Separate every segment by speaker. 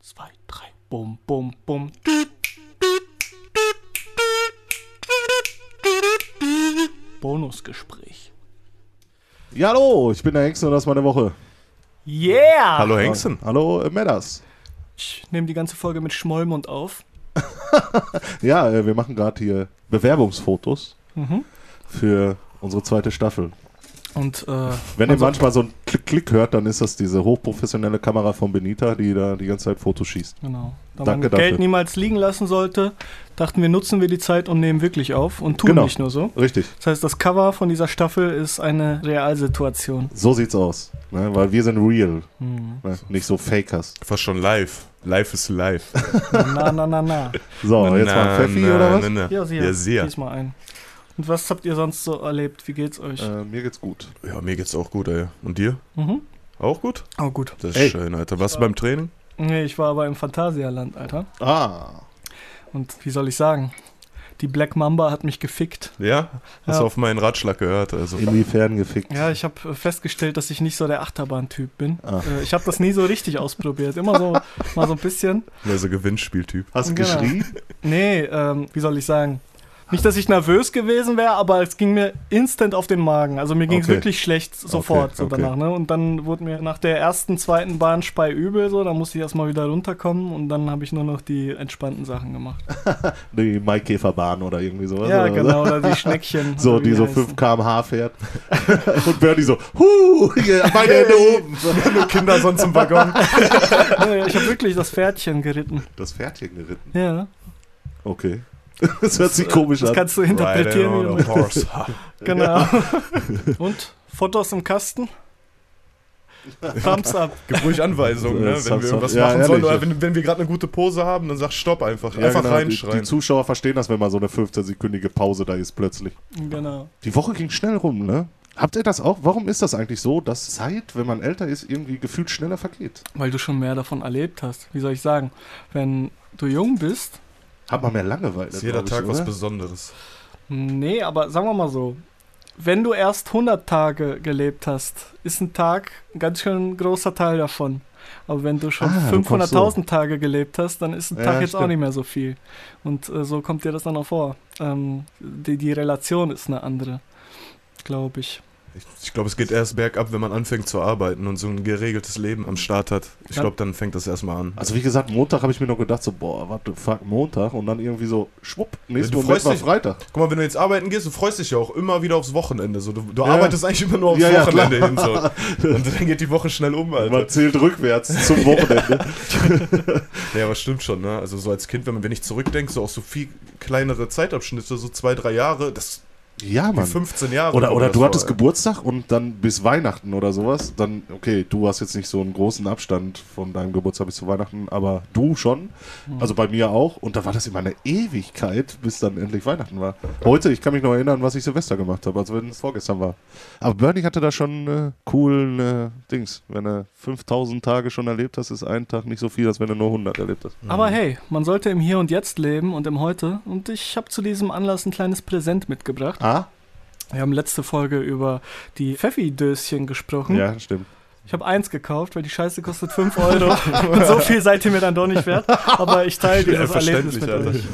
Speaker 1: zwei, drei. Bum, bum, bum. Bonusgespräch.
Speaker 2: Ja, hallo, ich bin der Hengst und das war eine Woche.
Speaker 1: Yeah!
Speaker 3: Hallo Hengsten.
Speaker 2: Hallo, äh, Medders.
Speaker 1: Ich nehme die ganze Folge mit Schmollmund auf.
Speaker 2: Ja, äh, wir machen gerade hier Bewerbungsfotos
Speaker 1: Mhm.
Speaker 2: für unsere zweite Staffel.
Speaker 1: Und äh,
Speaker 2: Wenn ihr
Speaker 1: also,
Speaker 2: manchmal so einen Klick, Klick hört, dann ist das diese hochprofessionelle Kamera von Benita, die da die ganze Zeit Fotos schießt.
Speaker 1: genau, da
Speaker 2: Danke
Speaker 1: man Geld
Speaker 2: dafür.
Speaker 1: niemals liegen lassen sollte, dachten wir, nutzen wir die Zeit und nehmen wirklich auf und tun
Speaker 2: Genau.
Speaker 1: nicht nur so.
Speaker 2: Richtig,
Speaker 1: Das heißt, das Cover von dieser Staffel ist eine Realsituation.
Speaker 2: so sieht's aus. Ne? Weil wir sind real,
Speaker 1: Hm.
Speaker 2: ne? nicht so Fakers.
Speaker 3: Fast schon live. Live ist live.
Speaker 1: Na, na, na, na.
Speaker 2: So, Oh, jetzt mal ein Pfeffi oder was?
Speaker 3: na.
Speaker 1: Ja, sehr.
Speaker 3: Ja, sehr. Ja, sehr.
Speaker 1: Diesmal ein. Und was habt ihr sonst so erlebt? Wie geht's euch?
Speaker 2: Äh, mir geht's gut.
Speaker 3: ja, mir geht's auch gut, ey. Und dir?
Speaker 1: Mhm.
Speaker 3: Auch gut?
Speaker 1: Oh, gut.
Speaker 3: Das ist
Speaker 2: Ey.
Speaker 3: schön, Alter. Warst du beim Training?
Speaker 1: Nee, ich war aber im Phantasialand, Alter.
Speaker 2: Ah,
Speaker 1: Und wie soll ich sagen? Die Black Mamba hat mich gefickt.
Speaker 3: Ja? Hast
Speaker 1: Ja.
Speaker 3: du auf meinen Ratschlag gehört? Also.
Speaker 2: inwiefern gefickt.
Speaker 1: Ja, ich habe festgestellt, dass ich nicht so der Achterbahn-Typ bin.
Speaker 2: Ah.
Speaker 1: Äh, Ich habe das nie so richtig ausprobiert. Immer so mal so ein bisschen.
Speaker 3: Mehr so Gewinnspieltyp.
Speaker 2: Hast du
Speaker 1: Genau.
Speaker 2: geschrien?
Speaker 1: Nee, ähm, wie soll ich sagen? Nicht, dass ich nervös gewesen wäre, aber es ging mir instant auf den Magen. Also mir ging es
Speaker 2: Okay.
Speaker 1: wirklich schlecht sofort
Speaker 2: Okay,
Speaker 1: so
Speaker 2: okay.
Speaker 1: danach. Ne? Und dann wurde mir nach der ersten, zweiten Bahn Spei übel, so, da musste ich erstmal wieder runterkommen und dann habe ich nur noch die entspannten Sachen gemacht.
Speaker 2: Die Maikäferbahn oder irgendwie sowas.
Speaker 1: ja,
Speaker 2: oder?
Speaker 1: genau, oder die Schneckchen.
Speaker 2: So,
Speaker 1: oder wie
Speaker 2: die so
Speaker 1: heißen.
Speaker 2: 5 km/h fährt. Und Bernie so, huh, yeah, meine Hände oben.
Speaker 3: Kinder sonst im Waggon.
Speaker 1: Nee, ich habe wirklich das Pferdchen geritten.
Speaker 2: Das Pferdchen geritten.
Speaker 1: Ja.
Speaker 2: Okay. Das hört
Speaker 3: äh,
Speaker 2: sich komisch
Speaker 1: Das
Speaker 2: an.
Speaker 1: kannst du
Speaker 3: Riding
Speaker 1: interpretieren. wie du
Speaker 3: on a
Speaker 1: möchtest.
Speaker 3: horse.
Speaker 1: Genau. Und Fotos im Kasten? Thumbs up.
Speaker 3: Gib ruhig Anweisungen,
Speaker 2: Ja,
Speaker 3: ne?
Speaker 2: das
Speaker 3: wenn
Speaker 2: hab's-
Speaker 3: wir irgendwas
Speaker 2: ja,
Speaker 3: machen sollen.
Speaker 2: ehrlich.
Speaker 3: Oder wenn, wenn wir gerade eine gute Pose haben, dann sag Stopp einfach.
Speaker 2: Ja,
Speaker 3: einfach
Speaker 2: genau, Die,
Speaker 3: reinschreien.
Speaker 2: die Zuschauer verstehen das, wenn mal so eine 15-sekündige Pause da ist plötzlich.
Speaker 1: Genau.
Speaker 2: Die Woche ging schnell rum, ne? Habt ihr das auch? Warum ist das eigentlich so, dass Zeit, wenn man älter ist, irgendwie gefühlt schneller vergeht?
Speaker 1: Weil du schon mehr davon erlebt hast. Wie soll ich sagen? Wenn du jung bist,
Speaker 2: Hat man mehr Langeweile?
Speaker 3: ist jeder
Speaker 2: glaub ich,
Speaker 3: Tag was
Speaker 2: oder?
Speaker 3: Besonderes.
Speaker 1: nee, aber sagen wir mal so, wenn du erst 100 Tage gelebt hast, ist ein Tag ein ganz schön großer Teil davon. Aber wenn du schon
Speaker 2: Ah, du kommst
Speaker 1: 500.000 Tage gelebt hast, dann ist ein
Speaker 2: Ja,
Speaker 1: Tag jetzt auch
Speaker 2: stimmt.
Speaker 1: nicht mehr so viel. Und äh, so kommt dir das dann auch vor. Ähm, die, die Relation ist eine andere, glaube ich.
Speaker 3: Ich, ich glaube, es geht erst bergab, wenn man anfängt zu arbeiten und so ein geregeltes Leben am Start hat. Ich
Speaker 1: Ja.
Speaker 3: glaube, dann fängt das erstmal an.
Speaker 2: Also wie gesagt, Montag habe ich mir noch gedacht, so, boah, what the fuck, Montag? Und dann irgendwie so, schwupp, nächsten
Speaker 3: du
Speaker 2: Moment
Speaker 3: freust
Speaker 2: war
Speaker 3: dich-
Speaker 2: Freitag.
Speaker 3: Guck mal, wenn du jetzt arbeiten gehst, du freust dich ja auch immer wieder aufs Wochenende. So, du du
Speaker 2: Ja.
Speaker 3: arbeitest eigentlich immer nur aufs
Speaker 2: Ja, ja,
Speaker 3: Wochenende hin. So. Und dann geht die Woche schnell um, Alter.
Speaker 2: Man zählt rückwärts zum Wochenende.
Speaker 3: Ja, aber stimmt schon, ne? Also so als Kind, wenn man wenn ich zurückdenke, so auch so viel kleinere Zeitabschnitte, so zwei, drei Jahre, das
Speaker 2: ja,
Speaker 3: wie
Speaker 2: Mann.
Speaker 3: 15 Jahre.
Speaker 2: Oder,
Speaker 3: wo
Speaker 2: oder
Speaker 3: das
Speaker 2: du
Speaker 3: war,
Speaker 2: hattest
Speaker 3: ey.
Speaker 2: Geburtstag und dann bis Weihnachten oder sowas, dann, okay, du hast jetzt nicht so einen großen Abstand von deinem Geburtstag bis zu Weihnachten, aber du schon. Also bei mir auch. Und da war das immer eine Ewigkeit, bis dann endlich Weihnachten war. Heute, ich kann mich noch erinnern, was ich Silvester gemacht habe, als wenn es vorgestern war. Aber Bernie hatte da schon äh, coolen äh, Dings. Wenn du 5000 Tage schon erlebt hast, ist ein Tag nicht so viel, als wenn du nur 100 erlebt hast.
Speaker 1: Aber hey, man sollte im Hier und Jetzt leben und im Heute. Und ich habe zu diesem Anlass ein kleines Präsent mitgebracht.
Speaker 2: Ah?
Speaker 1: Wir haben letzte Folge über die Pfeffi-Döschen gesprochen.
Speaker 2: Ja, stimmt.
Speaker 1: Ich habe eins gekauft, weil die Scheiße kostet 5 Euro. und so viel seid ihr mir dann doch nicht wert. Aber ich teile
Speaker 3: Ja,
Speaker 1: dieses Erlebnis
Speaker 3: verständlich,
Speaker 1: mit
Speaker 3: Alter.
Speaker 1: euch.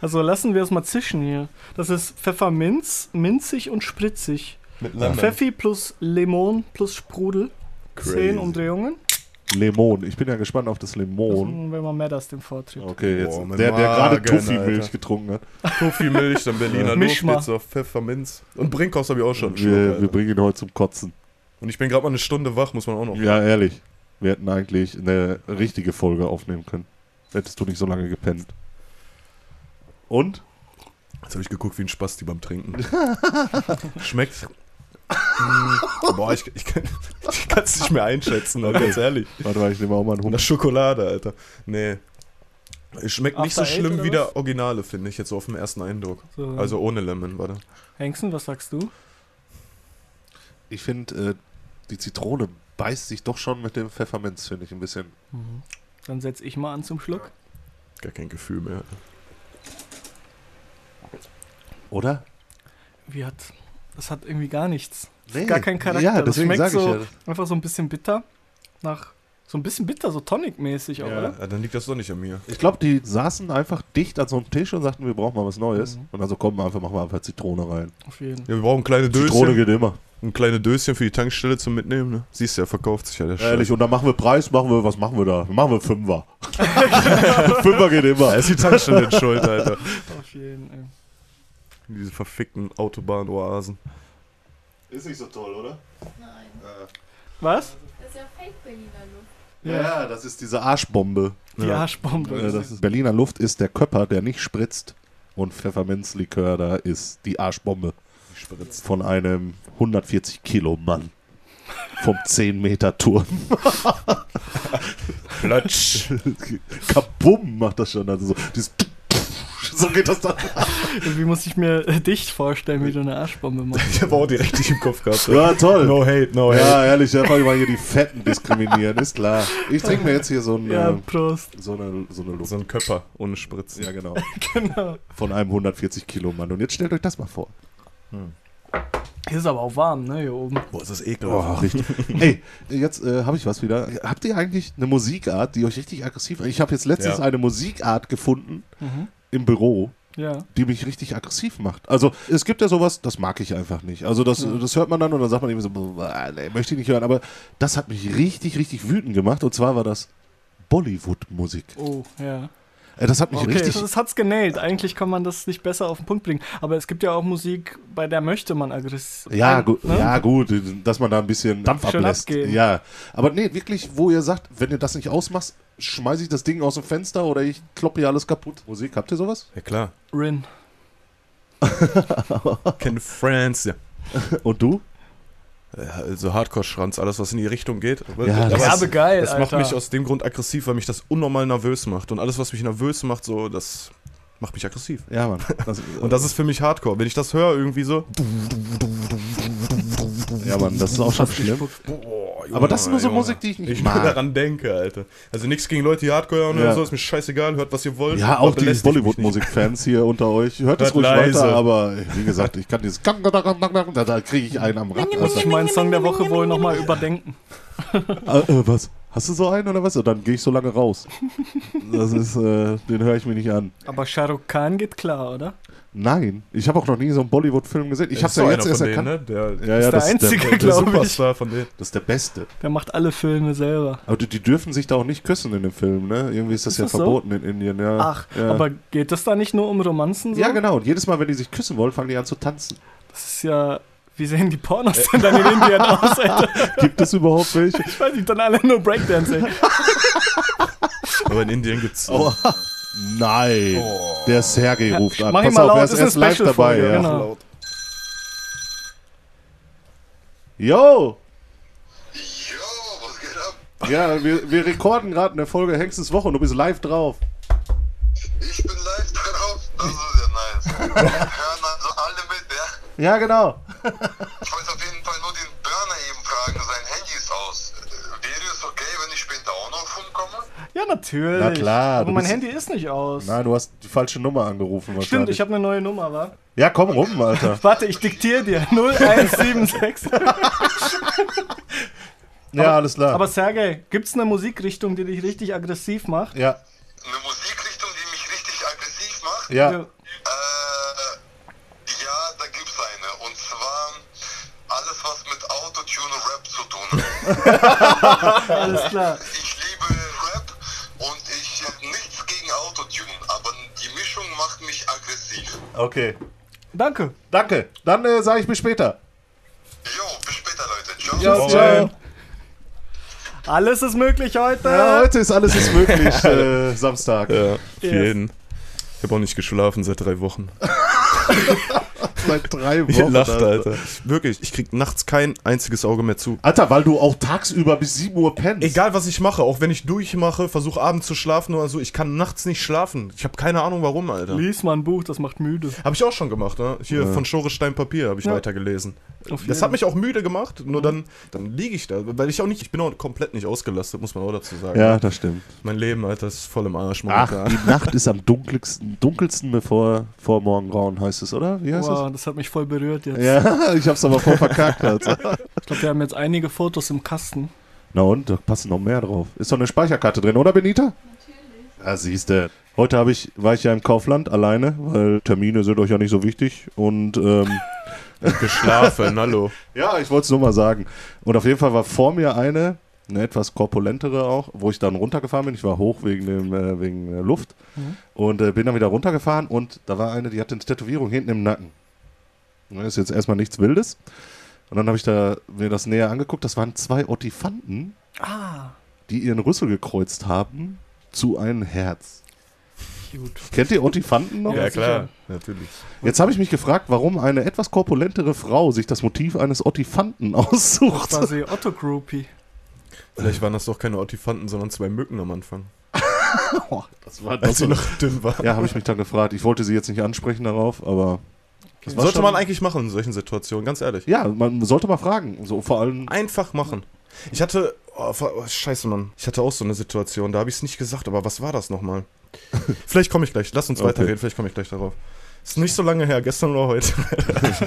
Speaker 1: Also lassen wir es mal zischen hier. Das ist Pfefferminz, minzig und spritzig.
Speaker 3: Mit Lemon.
Speaker 1: Pfeffi plus Limon plus Sprudel.
Speaker 3: Crazy.
Speaker 1: Zehn Umdrehungen.
Speaker 2: Lemon. Ich bin ja gespannt auf das
Speaker 1: Das
Speaker 2: Lemon.
Speaker 1: wenn man mehr das dem vortritt.
Speaker 2: Okay, jetzt.
Speaker 3: Boah, mein
Speaker 2: der, der gerade
Speaker 3: Magen,
Speaker 2: Tuffi-Milch
Speaker 3: Alter.
Speaker 2: getrunken hat.
Speaker 3: Toffee-Milch, dann Berliner
Speaker 1: Mischma.
Speaker 3: Luftpizza, Pfefferminz. Und Brinkhaus habe ich auch schon. Schluck,
Speaker 2: Wir, wir
Speaker 3: Alter.
Speaker 2: bringen ihn heute zum Kotzen.
Speaker 3: und ich bin gerade mal eine Stunde wach, muss man auch noch.
Speaker 2: Ja, ehrlich. Wir hätten eigentlich eine richtige Folge aufnehmen können. Hättest du nicht so lange gepennt. Und?
Speaker 3: Jetzt habe ich geguckt wie ein Spasti beim Trinken. Schmeckt. Mm, Boah, ich, ich kann es nicht mehr einschätzen, Alter, ganz ehrlich.
Speaker 2: Warte mal, ich nehme auch mal einen
Speaker 3: Nach
Speaker 2: Hund.
Speaker 3: Schokolade, Alter. Nee. Es schmeckt nicht so
Speaker 1: After Eight
Speaker 3: schlimm
Speaker 1: oder
Speaker 3: wie
Speaker 1: was? Mhm.
Speaker 3: der Originale, finde ich, jetzt so auf den ersten Eindruck.
Speaker 1: So.
Speaker 3: Also ohne Lemon, warte.
Speaker 1: Hengsten, was sagst du?
Speaker 2: Ich finde, äh, die Zitrone beißt sich doch schon mit dem Pfefferminz, finde ich, ein bisschen.
Speaker 1: Dann setze ich mal an zum Schluck.
Speaker 3: Gar kein Gefühl mehr.
Speaker 2: Oder?
Speaker 1: Wie hat. Das hat irgendwie gar nichts.
Speaker 2: Nee.
Speaker 1: Gar keinen Charakter.
Speaker 2: Ja,
Speaker 1: das
Speaker 2: deswegen
Speaker 1: schmeckt
Speaker 2: sage ich
Speaker 1: so
Speaker 2: ja.
Speaker 1: einfach so ein bisschen bitter nach So ein bisschen bitter, so Tonic-mäßig auch, oder?
Speaker 3: Ja, dann liegt das doch nicht an mir.
Speaker 2: Ich glaube, die saßen einfach dicht an so einem Tisch und sagten, wir brauchen mal was Neues.
Speaker 1: Mhm.
Speaker 2: Und also kommen wir einfach, machen wir einfach Zitrone rein.
Speaker 1: Auf jeden Fall.
Speaker 3: Ja, wir brauchen kleine
Speaker 2: Zitrone
Speaker 3: Döschen.
Speaker 2: geht immer.
Speaker 3: Ein kleine Döschen für die Tankstelle zum Mitnehmen, ne? Siehst du, er verkauft sich ja der Scheiß.
Speaker 2: Ehrlich, und dann machen wir Preis, machen wir, was machen wir da? Machen wir Fünfer. Fünfer geht
Speaker 3: Da
Speaker 2: immer.
Speaker 3: ist die Tankstelle in Schuld, Alter.
Speaker 1: Auf jeden, ey.
Speaker 3: Diese verfickten Autobahn-Oasen.
Speaker 2: Ist nicht so toll, oder?
Speaker 4: Nein.
Speaker 1: Was?
Speaker 4: Das ist ja Fake Berliner Luft.
Speaker 2: Ja, das ist diese Arschbombe.
Speaker 1: Die
Speaker 3: Ja.
Speaker 1: Arschbombe.
Speaker 2: Äh, das ist Berliner Luft ist der Körper, der nicht spritzt. Und Pfefferminzlikör da ist die Arschbombe. Spritzt. Von einem 140 Kilo Mann. Vom 10 Meter Turm.
Speaker 3: Platsch.
Speaker 2: Kabum macht das schon. Also so, dieses so geht das dann.
Speaker 1: Wie muss ich mir äh, dich vorstellen, wie du eine Arschbombe machst?
Speaker 3: Ich habe auch die richtig im Kopf gehabt.
Speaker 2: Ja, toll.
Speaker 3: No hate, no hate.
Speaker 2: Ja, ehrlich, da wollen wir hier die Fetten diskriminieren, ist klar. Ich trinke mir jetzt hier so eine,
Speaker 1: Ja, Prost.
Speaker 2: so eine, so eine Luft.
Speaker 3: So ein Köpper ohne Spritzen.
Speaker 2: Ja, genau.
Speaker 1: Genau.
Speaker 2: Von einem 140 Kilo Mann. Und jetzt stellt euch das mal vor.
Speaker 1: Hier ist aber auch warm, ne, hier oben.
Speaker 3: Boah, ist das
Speaker 2: Oh,
Speaker 3: ekelhaft.
Speaker 2: richtig. Hey, jetzt äh, habe ich was wieder. Habt ihr eigentlich eine Musikart, die euch richtig aggressiv. Ich habe jetzt letztens
Speaker 3: Ja.
Speaker 2: eine Musikart gefunden im Büro,
Speaker 1: Ja.
Speaker 2: die mich richtig aggressiv macht. Also es gibt ja sowas, das mag ich einfach nicht. Also das, das hört man dann und dann sagt man eben so, "Boah, nee, möchte ich nicht hören. Aber das hat mich richtig, richtig wütend gemacht. Und zwar war das Bollywood-Musik.
Speaker 1: Oh, ja.
Speaker 2: Äh, Das hat mich
Speaker 1: Okay,
Speaker 2: richtig.
Speaker 1: das, das hat's genäht. Eigentlich kann man das nicht besser auf den Punkt bringen. Aber es gibt ja auch Musik, bei der möchte man aggressiv.
Speaker 2: Ja,
Speaker 1: Nein,
Speaker 2: gu
Speaker 1: ne?
Speaker 2: ja, gut, dass man da ein bisschen Dampf
Speaker 1: Schön
Speaker 2: ablässt.
Speaker 1: abgehen.
Speaker 2: Ja, aber nee, wirklich, wo ihr sagt, wenn ihr das nicht ausmachst, schmeiße ich das Ding aus dem Fenster oder ich kloppe hier alles kaputt. Musik, habt ihr sowas?
Speaker 3: Ja, klar.
Speaker 1: Rin.
Speaker 3: Ken Friends, ja.
Speaker 2: Und du?
Speaker 3: Ja, So Hardcore-Schranz, alles, was in die Richtung geht. Aber-
Speaker 2: Ja,
Speaker 3: aber
Speaker 2: das-
Speaker 3: es-
Speaker 1: Derbe geil,
Speaker 3: Es macht
Speaker 1: Alter.
Speaker 3: mich aus dem Grund aggressiv, weil mich das unnormal nervös macht. Und alles, was mich nervös macht, so, das macht mich aggressiv.
Speaker 2: Ja, Mann. Das,
Speaker 3: Und das ist für mich Hardcore. Wenn ich das höre, irgendwie so.
Speaker 2: ja, Mann, das ist auch schon schlimm.
Speaker 3: Boah, Junge,
Speaker 2: Aber das ist nur so
Speaker 3: Junge.
Speaker 2: Musik, die ich nicht
Speaker 3: Ich nur
Speaker 2: mag.
Speaker 3: daran denke, Alter. Also nichts gegen Leute, die Hardcore hören
Speaker 2: Ja.
Speaker 3: oder so, ist mir scheißegal, hört, was ihr wollt.
Speaker 2: Ja,
Speaker 3: aber
Speaker 2: auch die
Speaker 3: belästigt mich nicht.
Speaker 2: Bollywood-Musik-Fans hier unter euch. Hört es
Speaker 3: Hört
Speaker 2: ruhig
Speaker 3: leise.
Speaker 2: weiter, aber wie gesagt, ich kann dieses. Da, da kriege ich einen am Rad.
Speaker 1: Muss
Speaker 2: Also,
Speaker 1: ich meinen Song der Woche wohl nochmal überdenken.
Speaker 2: äh, äh, was? Hast du so einen oder was? Und dann gehe ich so lange raus. Das ist, äh, den höre ich mir nicht an.
Speaker 1: Aber Shah Rukh Khan geht klar, oder?
Speaker 2: Nein, ich habe auch noch nie so einen Bollywood-Film gesehen. Ich habe es
Speaker 3: Das ist doch
Speaker 2: ja
Speaker 3: einer
Speaker 2: jetzt erst
Speaker 3: von
Speaker 2: erkannt.
Speaker 3: denen, ne? Der,
Speaker 2: Ja,
Speaker 1: Ist der
Speaker 2: das ist
Speaker 1: Einzige,
Speaker 2: der,
Speaker 3: der
Speaker 1: glaub ich.
Speaker 3: Superstar von denen.
Speaker 2: das ist der Beste.
Speaker 1: Der macht alle Filme selber.
Speaker 2: Aber die, die dürfen sich da auch nicht küssen in dem Film, ne? Irgendwie ist das
Speaker 1: Ist
Speaker 2: ja
Speaker 1: das so?
Speaker 2: verboten in Indien, ja.
Speaker 1: Ach,
Speaker 2: ja.
Speaker 1: aber geht das da nicht nur um Romanzen so?
Speaker 2: Ja, genau. Und jedes Mal, wenn die sich küssen wollen, fangen die an zu tanzen.
Speaker 1: Das ist ja. Wie sehen die
Speaker 2: Äh.
Speaker 1: Pornos denn dann in Indien aus, Alter?
Speaker 2: Gibt es überhaupt welche?
Speaker 1: Ich weiß nicht, dann alle nur Breakdance, ey.
Speaker 3: Aber in Indien gibt's.
Speaker 1: Oh.
Speaker 2: Aua. Nein. Der Sergei ruft an.
Speaker 1: mach ihn
Speaker 2: Pass
Speaker 1: mal
Speaker 2: auf,
Speaker 1: laut,
Speaker 2: er ist
Speaker 1: ist eine
Speaker 2: erst live dabei.
Speaker 1: Special-Folge,
Speaker 2: Ja.
Speaker 1: genau.
Speaker 2: Yo!
Speaker 5: Yo, was geht ab?
Speaker 2: Ja, wir, wir rekorden gerade eine Folge Hengstes Woche und du bist live drauf.
Speaker 5: Ich bin live drauf. Das ist ja nice. Hören also alle mit, ja?
Speaker 2: Ja, genau.
Speaker 5: Ich wollte auf jeden Fall nur den Burner eben fragen, sein Handy ist aus. Äh, Wäre es okay, wenn ich später auch noch auf Funk komme?
Speaker 1: Ja, natürlich.
Speaker 2: Na klar,
Speaker 1: Aber
Speaker 2: du
Speaker 1: mein
Speaker 2: bist-
Speaker 1: Handy ist nicht aus.
Speaker 2: Nein, du hast die falsche Nummer angerufen
Speaker 1: Stimmt,
Speaker 2: wahrscheinlich.
Speaker 1: ich habe eine neue Nummer, wa?
Speaker 2: ja, komm rum, Alter.
Speaker 1: Warte, ich diktiere dir. 0176.
Speaker 2: Ja, alles klar.
Speaker 1: Aber Sergej, gibt's eine Musikrichtung, die dich richtig aggressiv macht?
Speaker 2: ja,
Speaker 5: Eine Musikrichtung, die mich richtig aggressiv macht?
Speaker 2: ja.
Speaker 5: Äh, ja, da gibt's eine. Und zwar alles, was mit Autotune und Rap zu tun hat.
Speaker 1: Alles klar.
Speaker 5: Ich liebe Rap und ich habe nichts gegen Autotune, aber die Mischung macht mich aggressiv.
Speaker 2: Okay.
Speaker 1: Danke.
Speaker 2: Danke. Dann äh, sage ich bis später.
Speaker 5: Jo, bis später, Leute. Ciao.
Speaker 2: ciao.
Speaker 1: Alles ist möglich heute.
Speaker 2: Ja, heute ist alles ist möglich. äh, Samstag.
Speaker 3: Ja, für
Speaker 1: Yes.
Speaker 3: jeden. Ich habe auch nicht geschlafen seit drei Wochen.
Speaker 2: Seit drei
Speaker 3: Ich
Speaker 2: Wochen.
Speaker 3: lacht, Alter. Wirklich, ich krieg nachts kein einziges Auge mehr zu.
Speaker 2: Alter, weil du auch tagsüber bis 7 Uhr pennst.
Speaker 3: Egal was ich mache, auch wenn ich durchmache, versuche abends zu schlafen oder so, ich kann nachts nicht schlafen. Ich habe keine Ahnung warum, Alter.
Speaker 1: Lies mal ein Buch, das macht müde.
Speaker 3: Habe ich auch schon gemacht, ne? Hier von Schore Stein Papier habe ich weitergelesen.
Speaker 1: Auf jeden. Mhm.
Speaker 3: Das hat mich auch müde gemacht, nur dann, dann liege ich da, weil ich auch nicht, ich bin auch komplett nicht ausgelastet, muss man auch dazu sagen.
Speaker 2: Ja, das stimmt.
Speaker 3: Mein Leben, Alter, ist voll im Arsch
Speaker 2: Ach,
Speaker 3: momentan.
Speaker 2: die Nacht ist am dunkelsten, dunkelsten bevor vor Morgengrauen heißt es, oder? Wie heißt
Speaker 1: Wow, das hat mich voll berührt jetzt.
Speaker 2: das? Ja, ich hab's aber voll verkackt, Alter.
Speaker 1: Ich glaube, wir haben jetzt einige Fotos im Kasten.
Speaker 2: Na und, da passen noch mehr drauf. Ist doch eine Speicherkarte drin, oder Benita?
Speaker 4: Natürlich.
Speaker 2: Ja, siehste. Heute hab ich, war ich ja im Kaufland alleine, weil Termine sind euch ja nicht so wichtig. Und ähm,
Speaker 3: Geschlafen, hallo.
Speaker 2: ja, ich wollte es nur mal sagen. Und auf jeden Fall war vor mir eine, eine etwas korpulentere auch, wo ich dann runtergefahren bin. Ich war hoch wegen, dem, äh, wegen der Luft
Speaker 1: Mhm.
Speaker 2: und äh, bin dann wieder runtergefahren und da war eine, die hatte eine Tätowierung hinten im Nacken. Und Das ist jetzt erstmal nichts Wildes. Und dann habe ich da mir das näher angeguckt. Das waren zwei Ottifanten,
Speaker 1: Ah,
Speaker 2: die ihren Rüssel gekreuzt haben zu einem Herz.
Speaker 1: gut.
Speaker 2: Kennt ihr Ottifanten noch?
Speaker 1: Ja, klar.
Speaker 3: Natürlich.
Speaker 2: Jetzt habe ich mich gefragt, warum eine etwas korpulentere Frau sich das Motiv eines Ottifanten aussucht.
Speaker 1: Quasi Otto Groupie.
Speaker 3: Vielleicht waren das doch keine Ottifanten, sondern zwei Mücken am Anfang.
Speaker 2: Das war
Speaker 3: Als sie noch dünn war.
Speaker 2: Ja, habe ich mich dann gefragt. Ich wollte sie jetzt nicht ansprechen darauf, aber
Speaker 3: Das
Speaker 2: war
Speaker 3: sollte
Speaker 2: schon-
Speaker 3: man eigentlich machen in solchen Situationen, ganz ehrlich.
Speaker 2: ja, man sollte mal fragen. So vor allem.
Speaker 3: Einfach machen. Ich hatte. Oh, ver- oh, scheiße, Mann. Ich hatte auch so eine Situation, da habe ich es nicht gesagt, aber was war das nochmal? vielleicht komme ich gleich. Lass uns
Speaker 2: Okay.
Speaker 3: weiterreden, vielleicht komme ich gleich darauf. Ist nicht so lange her, gestern oder heute.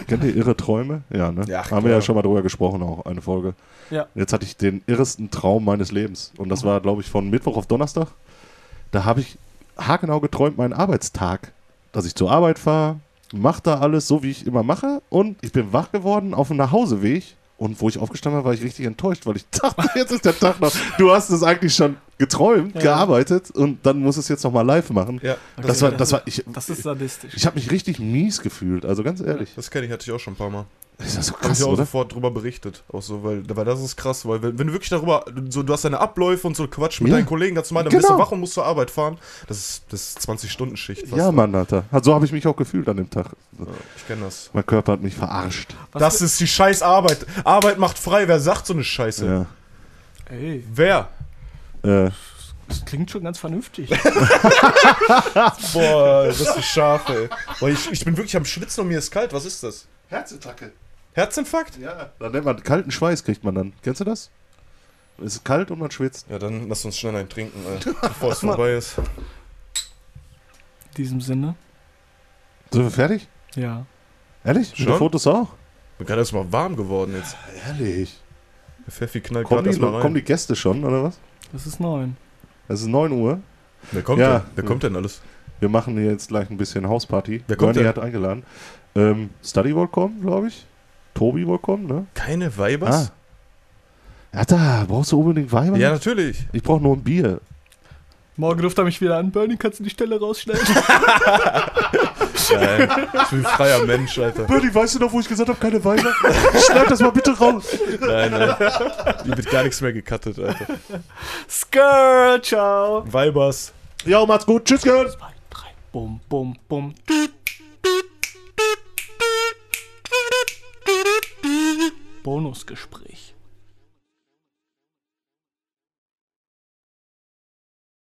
Speaker 2: Kennt ihr irre Träume? Ja, ne?
Speaker 3: Ja,
Speaker 2: Haben
Speaker 3: klar.
Speaker 2: wir ja schon mal drüber gesprochen, auch eine Folge.
Speaker 1: Ja.
Speaker 2: Jetzt hatte ich den irresten Traum meines Lebens. Und das war, glaube ich, von Mittwoch auf Donnerstag. Da habe ich haargenau geträumt, meinen Arbeitstag. Dass ich zur Arbeit fahre, mache da alles so, wie ich immer mache. Und ich bin wach geworden auf dem Nachhauseweg. Und wo ich aufgestanden war, war ich richtig enttäuscht, weil ich dachte, jetzt ist der Tag noch. Du hast es eigentlich schon geträumt,
Speaker 1: Ja.
Speaker 2: gearbeitet und dann musst du es jetzt nochmal live machen.
Speaker 3: ja, das,
Speaker 2: Das war, das war, ich,
Speaker 1: Das ist sadistisch.
Speaker 2: ich habe mich richtig mies gefühlt, also ganz ehrlich.
Speaker 3: das kenne ich, hatte ich auch schon ein paar Mal.
Speaker 2: Ist das so
Speaker 3: Habe ich
Speaker 2: krass,
Speaker 3: auch
Speaker 2: oder?
Speaker 3: sofort drüber berichtet. Auch so, weil, weil das ist krass, weil wenn, wenn du wirklich darüber, so, du hast deine Abläufe und so Quatsch mit
Speaker 2: Ja.
Speaker 3: deinen Kollegen ganz normal, dann bist
Speaker 2: Genau.
Speaker 3: du wach und musst zur Arbeit fahren. Das ist, das ist 20-Stunden-Schicht. fast. ne?
Speaker 2: Ja, Mann, Alter. Also, so habe ich mich auch gefühlt an dem Tag.
Speaker 3: Ich kenne das.
Speaker 2: Mein Körper hat mich verarscht.
Speaker 1: Was
Speaker 3: das ist die scheiß Arbeit. Arbeit macht frei. Wer sagt so eine Scheiße?
Speaker 2: Ja.
Speaker 1: Ey,
Speaker 3: Wer?
Speaker 2: Äh,
Speaker 1: das klingt schon ganz vernünftig.
Speaker 3: Boah, das ist scharf, ey. Boah, ich, ich bin wirklich am Schwitzen und mir ist kalt. Was ist das?
Speaker 2: Herzattacke.
Speaker 3: Herzinfarkt?
Speaker 2: Ja. Dann nennt man kalten Schweiß, kriegt man dann. Kennst du das? Es ist kalt und man schwitzt.
Speaker 3: Ja, dann lass uns schnell einen trinken, ey, bevor es vorbei ist.
Speaker 1: In diesem Sinne.
Speaker 2: Sind wir fertig?
Speaker 1: Ja.
Speaker 2: Ehrlich? Mit
Speaker 3: Schon?
Speaker 2: den Fotos auch?
Speaker 3: Bin gerade erstmal warm geworden jetzt.
Speaker 2: Ehrlich.
Speaker 3: Der Pfeffi knallt
Speaker 2: Kommen
Speaker 3: gerade
Speaker 2: die,
Speaker 3: erstmal rein.
Speaker 2: kommen die Gäste schon, oder was?
Speaker 1: Das ist neun.
Speaker 2: Es ist 9 Uhr.
Speaker 3: Wer kommt
Speaker 2: Ja.
Speaker 3: denn? Wer kommt denn alles?
Speaker 2: Wir machen hier jetzt gleich ein bisschen Hausparty.
Speaker 3: Wer kommt
Speaker 2: Bernie
Speaker 3: denn?
Speaker 2: hat eingeladen. Ähm, Study wollte kommen, glaube ich. Tobi wollte kommen, ne?
Speaker 3: Keine
Speaker 2: Ah.
Speaker 3: Weibers?
Speaker 2: Ja, da brauchst du unbedingt Weiber.
Speaker 3: Ja, natürlich.
Speaker 2: Ich brauche nur ein Bier.
Speaker 1: Morgen ruft er mich wieder an. Bernie, kannst du die Stelle rausschneiden?
Speaker 3: Nein, ich bin ein freier Mensch, Alter.
Speaker 2: Bernie, weißt du noch, wo ich gesagt habe, keine Weiber? Schneid das mal bitte raus.
Speaker 3: Nein, nein. Hier wird gar nichts mehr gecuttet, Alter.
Speaker 1: Skr, ciao.
Speaker 3: Weibers.
Speaker 2: Ja, macht's gut. Tschüss, gehört.
Speaker 1: Zwei, drei. Bum, bum, bum. Bonusgespräch.